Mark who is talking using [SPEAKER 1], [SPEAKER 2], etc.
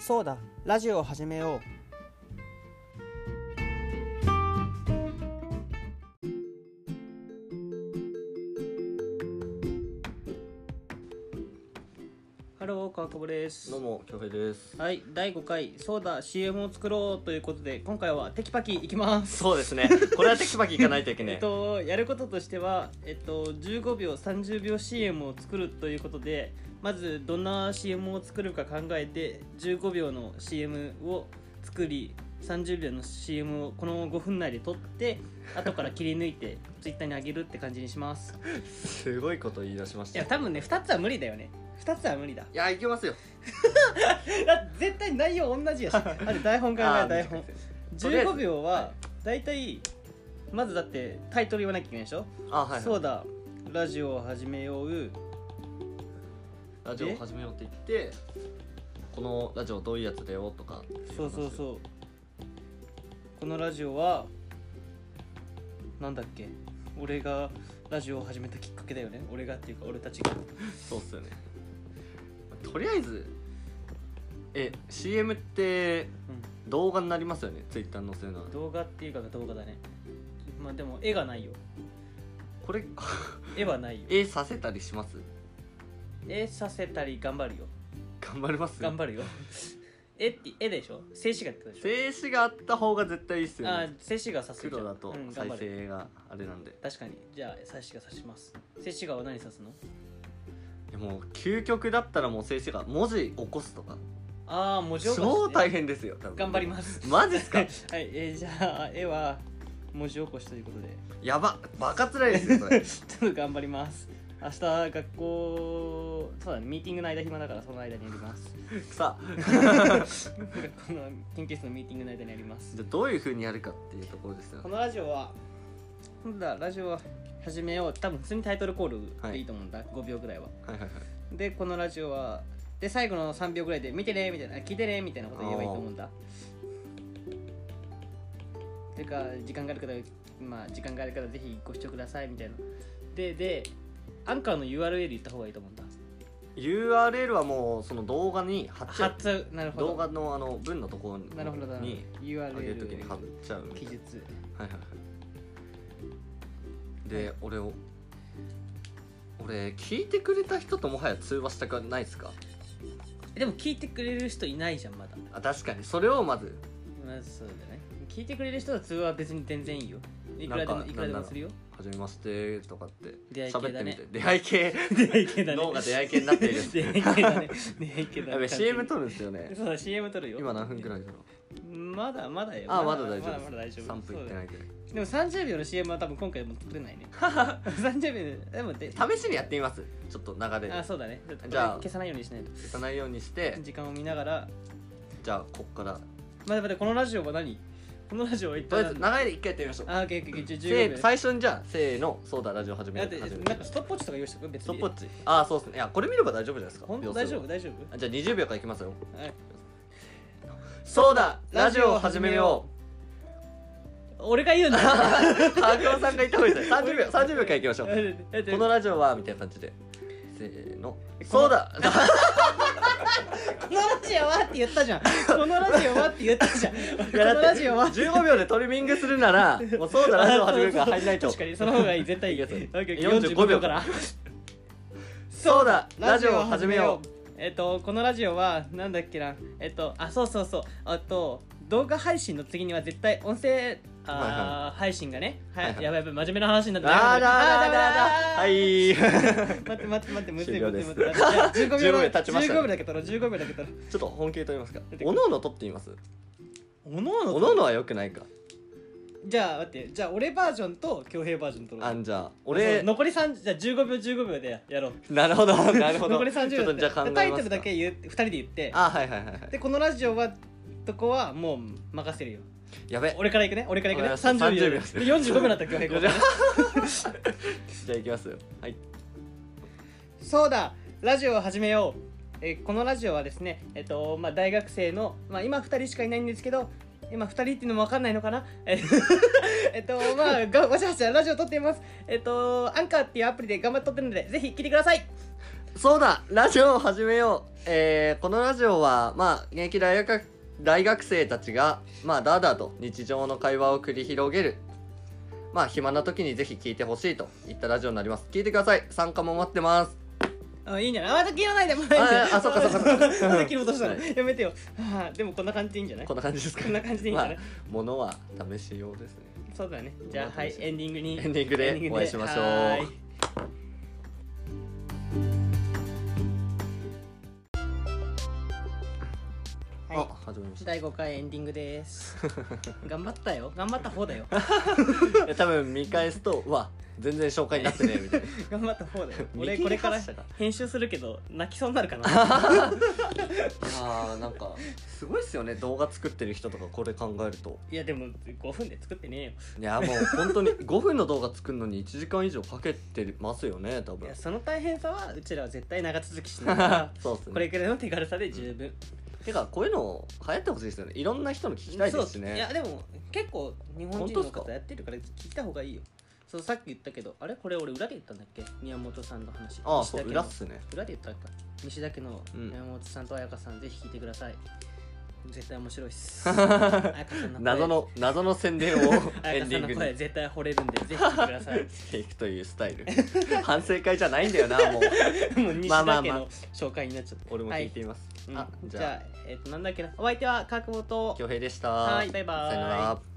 [SPEAKER 1] そうだラジオを始めようハロー川久保です
[SPEAKER 2] どうも、京平です。
[SPEAKER 1] はい第5回そうだ CM を作ろうということで今回はテキパキいきます
[SPEAKER 2] そうですね。これはテキパキいかないといけな
[SPEAKER 1] えっ
[SPEAKER 2] い。
[SPEAKER 1] と、やることとしては、えっと、15秒30秒 CM を作るということでまずどんな CM を作るか考えて15秒の CM を作り30秒の CM をこの5分内で撮って後から切り抜いて Twitter に上げるって感じにします
[SPEAKER 2] すごいこと言い出しまし
[SPEAKER 1] い
[SPEAKER 2] た。
[SPEAKER 1] や多分ね2つは無理だよね2つは無理だ
[SPEAKER 2] や、いけますよ。
[SPEAKER 1] だって絶対内容同じやしあれ台本考え
[SPEAKER 2] あ
[SPEAKER 1] る
[SPEAKER 2] ー
[SPEAKER 1] 台本
[SPEAKER 2] 短くてとりあえず
[SPEAKER 1] 15秒は大体まずだってタイトル言わなきゃいけないでしょ
[SPEAKER 2] あ、はい。
[SPEAKER 1] そうだラジオを始めよう
[SPEAKER 2] ラジオを始めようって言って、このラジオどういうやつだよとか。
[SPEAKER 1] そうそう
[SPEAKER 2] う。
[SPEAKER 1] そうこのラジオはなんだっけ俺がラジオを始めたきっかけだよね俺がっていうか俺たちが
[SPEAKER 2] そうっすよね。とりあえず、え、CM って
[SPEAKER 1] う
[SPEAKER 2] 動画になりますよね。ツイッターに載せるのは
[SPEAKER 1] ん。動画っていうか動画だねまあでも絵がないよ
[SPEAKER 2] これ、
[SPEAKER 1] 絵はないよ
[SPEAKER 2] 絵させたりします
[SPEAKER 1] 絵させたり頑張るよ
[SPEAKER 2] 頑張ります
[SPEAKER 1] 頑張るよ 絵って絵でしょ静止画ってことでしょ
[SPEAKER 2] 静止があった方が絶対いいっすよ
[SPEAKER 1] あ
[SPEAKER 2] ね。
[SPEAKER 1] 静止画さすじゃん
[SPEAKER 2] 黒だと
[SPEAKER 1] うん、頑
[SPEAKER 2] 再
[SPEAKER 1] 張る
[SPEAKER 2] 生があれなんで。
[SPEAKER 1] 確かにじゃあ静止画さします静止画は何さすの
[SPEAKER 2] でも究極だったらもう静止画文字起こすとか
[SPEAKER 1] ああ文字起こしね
[SPEAKER 2] 超大変ですよ多分
[SPEAKER 1] 頑張ります
[SPEAKER 2] マジっすか
[SPEAKER 1] はい、えーじゃあ絵は文字起こしということで
[SPEAKER 2] やばバカ辛いですよそれ
[SPEAKER 1] ちょっと頑張ります明日学校そうだねミーティングの間暇だからその間にやります
[SPEAKER 2] さ
[SPEAKER 1] 学校
[SPEAKER 2] あ
[SPEAKER 1] の研究室のミーティングの間にやります
[SPEAKER 2] じゃあどういう風にやるかっていうところですよ
[SPEAKER 1] このラジオはなんだラジオは始めよう多分普通にタイトルコールでいいと思うんだ、5秒ぐらいは
[SPEAKER 2] はいはいはい
[SPEAKER 1] でこのラジオはで最後の3秒ぐらいで「見てね」みたいな「聞いてね」みたいなこと言えばいいと思うんだていうか時間がある方まあ時間がある方ぜひご視聴くださいみたいなででアンカーの URL 言った方がいいと思うんだ
[SPEAKER 2] URL はもうその動画に貼っちゃう
[SPEAKER 1] 発なるほど
[SPEAKER 2] 動画のあの文のところに
[SPEAKER 1] なるほどなるほど
[SPEAKER 2] に上げるときに貼っ
[SPEAKER 1] URL
[SPEAKER 2] ちゃうみたい
[SPEAKER 1] 記述
[SPEAKER 2] なはいはいはいで俺を俺聞いてくれた人ともはや通話したくないですか
[SPEAKER 1] でも聞いてくれる人いないじゃんまだ
[SPEAKER 2] あ確かにそれをまず
[SPEAKER 1] まあそうだね聞いてくれる人は通話は別に全然いいよいくらでも
[SPEAKER 2] なんか
[SPEAKER 1] いくらで
[SPEAKER 2] なん
[SPEAKER 1] も
[SPEAKER 2] だろう
[SPEAKER 1] するよ
[SPEAKER 2] 初めましてとかって
[SPEAKER 1] 出会い系
[SPEAKER 2] 喋っ
[SPEAKER 1] だ
[SPEAKER 2] て
[SPEAKER 1] ね
[SPEAKER 2] みて出会い 系
[SPEAKER 1] 出会い系だね
[SPEAKER 2] 脳が出会い系になっている
[SPEAKER 1] 出会い系 だね出会い系だね
[SPEAKER 2] やべ CM 撮るんですよ
[SPEAKER 1] 完全に
[SPEAKER 2] ね
[SPEAKER 1] そうだ CM 撮るよ
[SPEAKER 2] 今何分くら
[SPEAKER 1] い
[SPEAKER 2] いだろう
[SPEAKER 1] まだまだよ
[SPEAKER 2] あまだ大丈
[SPEAKER 1] まだ
[SPEAKER 2] 夫
[SPEAKER 1] まだ大丈夫
[SPEAKER 2] 3分いってないけ
[SPEAKER 1] そうだでも30秒の CM は多分今回も作れないね30秒ででもで
[SPEAKER 2] ど試しにやってみますちょっと流れ
[SPEAKER 1] あそうだねちょっとこれ
[SPEAKER 2] じゃあ
[SPEAKER 1] 消さないようにしないと
[SPEAKER 2] 消さないようにして
[SPEAKER 1] 時間を見ながら
[SPEAKER 2] じゃあこっから
[SPEAKER 1] まだまだこのラジオは何このラジオは一
[SPEAKER 2] とり
[SPEAKER 1] 体
[SPEAKER 2] あえず
[SPEAKER 1] 何
[SPEAKER 2] 流れで一回やってみましょう
[SPEAKER 1] あオッケーオッケーオッケーじゃあ
[SPEAKER 2] せ
[SPEAKER 1] 15
[SPEAKER 2] ー
[SPEAKER 1] 秒
[SPEAKER 2] 最初にじゃあせーのそうだラジオ始め
[SPEAKER 1] だ
[SPEAKER 2] よ
[SPEAKER 1] っ
[SPEAKER 2] う
[SPEAKER 1] て
[SPEAKER 2] 始めよ
[SPEAKER 1] なんか
[SPEAKER 2] う
[SPEAKER 1] ストップウォッチとか用意してく別に
[SPEAKER 2] ストップウォッチあそうですねいやこれ見れば大丈夫じゃないですか
[SPEAKER 1] 本当
[SPEAKER 2] 秒数
[SPEAKER 1] 大丈夫大丈夫
[SPEAKER 2] あじゃあ20秒からいきますよ
[SPEAKER 1] はい
[SPEAKER 2] そうだラジオを始めよう
[SPEAKER 1] 俺が言うんだ
[SPEAKER 2] 川久保さんが言った方がいいですね30秒30秒からいき ましょう こ
[SPEAKER 1] こ
[SPEAKER 2] のラジオはみたいな感じでせーの
[SPEAKER 1] え この
[SPEAKER 2] そうだ
[SPEAKER 1] このラジオはって言ったじゃん。このラジオはって言ったじゃん。この
[SPEAKER 2] だって
[SPEAKER 1] ラジオは って。
[SPEAKER 2] 15秒でトリミングする ならもうそうだラジオ始めるから入んないと
[SPEAKER 1] 確かにその方がいい絶対いい
[SPEAKER 2] い
[SPEAKER 1] や
[SPEAKER 2] い
[SPEAKER 1] つ。
[SPEAKER 2] ですね
[SPEAKER 1] 45秒から。
[SPEAKER 2] そうだラジオを始めよう
[SPEAKER 1] う。えっとこのラジオはなんだっけな。えっとあそうそうそう。あと動画配信の次には絶対音声
[SPEAKER 2] はい
[SPEAKER 1] あー配信がね。は
[SPEAKER 2] はい
[SPEAKER 1] い
[SPEAKER 2] はい
[SPEAKER 1] やばいやばい真面目な話になってる。
[SPEAKER 2] あらららら
[SPEAKER 1] あーダメだ
[SPEAKER 2] はい ち
[SPEAKER 1] 待って待って待ってむずい
[SPEAKER 2] 終
[SPEAKER 1] む
[SPEAKER 2] 了
[SPEAKER 1] ずい
[SPEAKER 2] です
[SPEAKER 1] むずい。15
[SPEAKER 2] 15
[SPEAKER 1] 秒
[SPEAKER 2] 秒経ちましたね
[SPEAKER 1] 15秒だけ取ろう15秒だけ取ろう。
[SPEAKER 2] ょっと本気で撮りますか
[SPEAKER 1] 出てくる
[SPEAKER 2] おのおの撮ってみます
[SPEAKER 1] おのおの
[SPEAKER 2] おのおのはよくないか
[SPEAKER 1] じゃあ待ってじゃあ俺バージョンと恭平バージョンと
[SPEAKER 2] あんじゃあ
[SPEAKER 1] 俺
[SPEAKER 2] 俺
[SPEAKER 1] 残り3じゃあ15秒15秒でやろう
[SPEAKER 2] なるほどなるほど
[SPEAKER 1] 残り30秒
[SPEAKER 2] ちょっとじゃあ考えますか
[SPEAKER 1] タイトルだけ言う2人で言って
[SPEAKER 2] あはいはいはいはい
[SPEAKER 1] でこのラジオはとこはもう任せるよ
[SPEAKER 2] やべ
[SPEAKER 1] 俺からいくね俺からいくね
[SPEAKER 2] わかりました
[SPEAKER 1] 30秒で
[SPEAKER 2] 30
[SPEAKER 1] 45秒だったら恭平君
[SPEAKER 2] じゃあいきますよはい
[SPEAKER 1] そうだラジオを始めようえーこのラジオはですねえっとまあ大学生のまあ今2人しかいないんですけど今2人っていうのも分かんないのかな えーえっとまあがわしゃわしゃラジオ撮っていますえっとアンカーっていうアプリで頑張って撮ってるのでぜひ聞いてください
[SPEAKER 2] そうだラジオを始めよう、えーこのラジオはまあ現役大学大学生たちがまあダーダーと日常の会話を繰り広げるまあ暇な時にぜひ聞いてほしいといったラジオになります聞いてください参加も待ってます
[SPEAKER 1] あいいんじゃないまた切らないでもらえないで
[SPEAKER 2] ああそっかそっかそっ か
[SPEAKER 1] また切ろうとしたの、
[SPEAKER 2] は
[SPEAKER 1] やめてよ あーでもこんな感じでいいんじゃない
[SPEAKER 2] こ
[SPEAKER 1] こ
[SPEAKER 2] んな感じですか
[SPEAKER 1] んな感じでいいんじゃない、
[SPEAKER 2] ものは試しようですね
[SPEAKER 1] そうだねじゃあ
[SPEAKER 2] こんな
[SPEAKER 1] は
[SPEAKER 2] 感
[SPEAKER 1] い
[SPEAKER 2] じ
[SPEAKER 1] エンディングに
[SPEAKER 2] エンディングでお会いしましょう
[SPEAKER 1] はーいはい
[SPEAKER 2] あ始まりました
[SPEAKER 1] 第5回エンディングです 頑張ったよ頑張った方だよ
[SPEAKER 2] いや多分見返すとうわ全然紹介になってねみたいな
[SPEAKER 1] 頑張った方だよ
[SPEAKER 2] 見
[SPEAKER 1] 俺
[SPEAKER 2] 切り
[SPEAKER 1] これから
[SPEAKER 2] 発車だ
[SPEAKER 1] 編集するけど泣きそうになるか な
[SPEAKER 2] あーなんかすごいっすよね動画作ってる人とかこれ考えると
[SPEAKER 1] いやでも5分で作ってね
[SPEAKER 2] いやもう本当に5分の 動画作るのに1時間以上かけてますよね多
[SPEAKER 1] えよい
[SPEAKER 2] 分
[SPEAKER 1] やその大変さはうちらは絶対長続きしないから
[SPEAKER 2] そうっすね
[SPEAKER 1] これくらいの手軽さで十分
[SPEAKER 2] てかこういうの流行ってほしいですよねいろんな人の聞きたいですし
[SPEAKER 1] そうい
[SPEAKER 2] ね
[SPEAKER 1] やでも結構日本
[SPEAKER 2] 本
[SPEAKER 1] 人
[SPEAKER 2] 当っ
[SPEAKER 1] の
[SPEAKER 2] すか
[SPEAKER 1] 方やってるから聞いた方がいいよそうさっき言ったけどあれこれ俺裏で言ったんだっけ宮本さんの話
[SPEAKER 2] ああ
[SPEAKER 1] 西
[SPEAKER 2] そ
[SPEAKER 1] 田家
[SPEAKER 2] う
[SPEAKER 1] の
[SPEAKER 2] 裏っすね
[SPEAKER 1] 裏で言ったか西田家の
[SPEAKER 2] うん
[SPEAKER 1] 宮本さんと彩香さんぜひ聞いてください、絶対面白いっ す彩香さんの声
[SPEAKER 2] 謎の謎の宣 伝を
[SPEAKER 1] 彩香
[SPEAKER 2] エンデ
[SPEAKER 1] さ
[SPEAKER 2] ィ
[SPEAKER 1] ん
[SPEAKER 2] ング
[SPEAKER 1] の
[SPEAKER 2] に
[SPEAKER 1] 声絶対惚れるんでぜひ聞いてください
[SPEAKER 2] していくというスタイル反省会じゃないんだよなもう
[SPEAKER 1] もう西
[SPEAKER 2] まあま
[SPEAKER 1] 田
[SPEAKER 2] あ
[SPEAKER 1] 家
[SPEAKER 2] まあ
[SPEAKER 1] の紹介になっちゃった
[SPEAKER 2] 俺も聞いています、
[SPEAKER 1] うん
[SPEAKER 2] あ
[SPEAKER 1] じ
[SPEAKER 2] じゃ
[SPEAKER 1] ゃあえっ、となんだっけなお相手は覚悟と
[SPEAKER 2] あ恭平でした
[SPEAKER 1] はいバイバイ
[SPEAKER 2] さよなら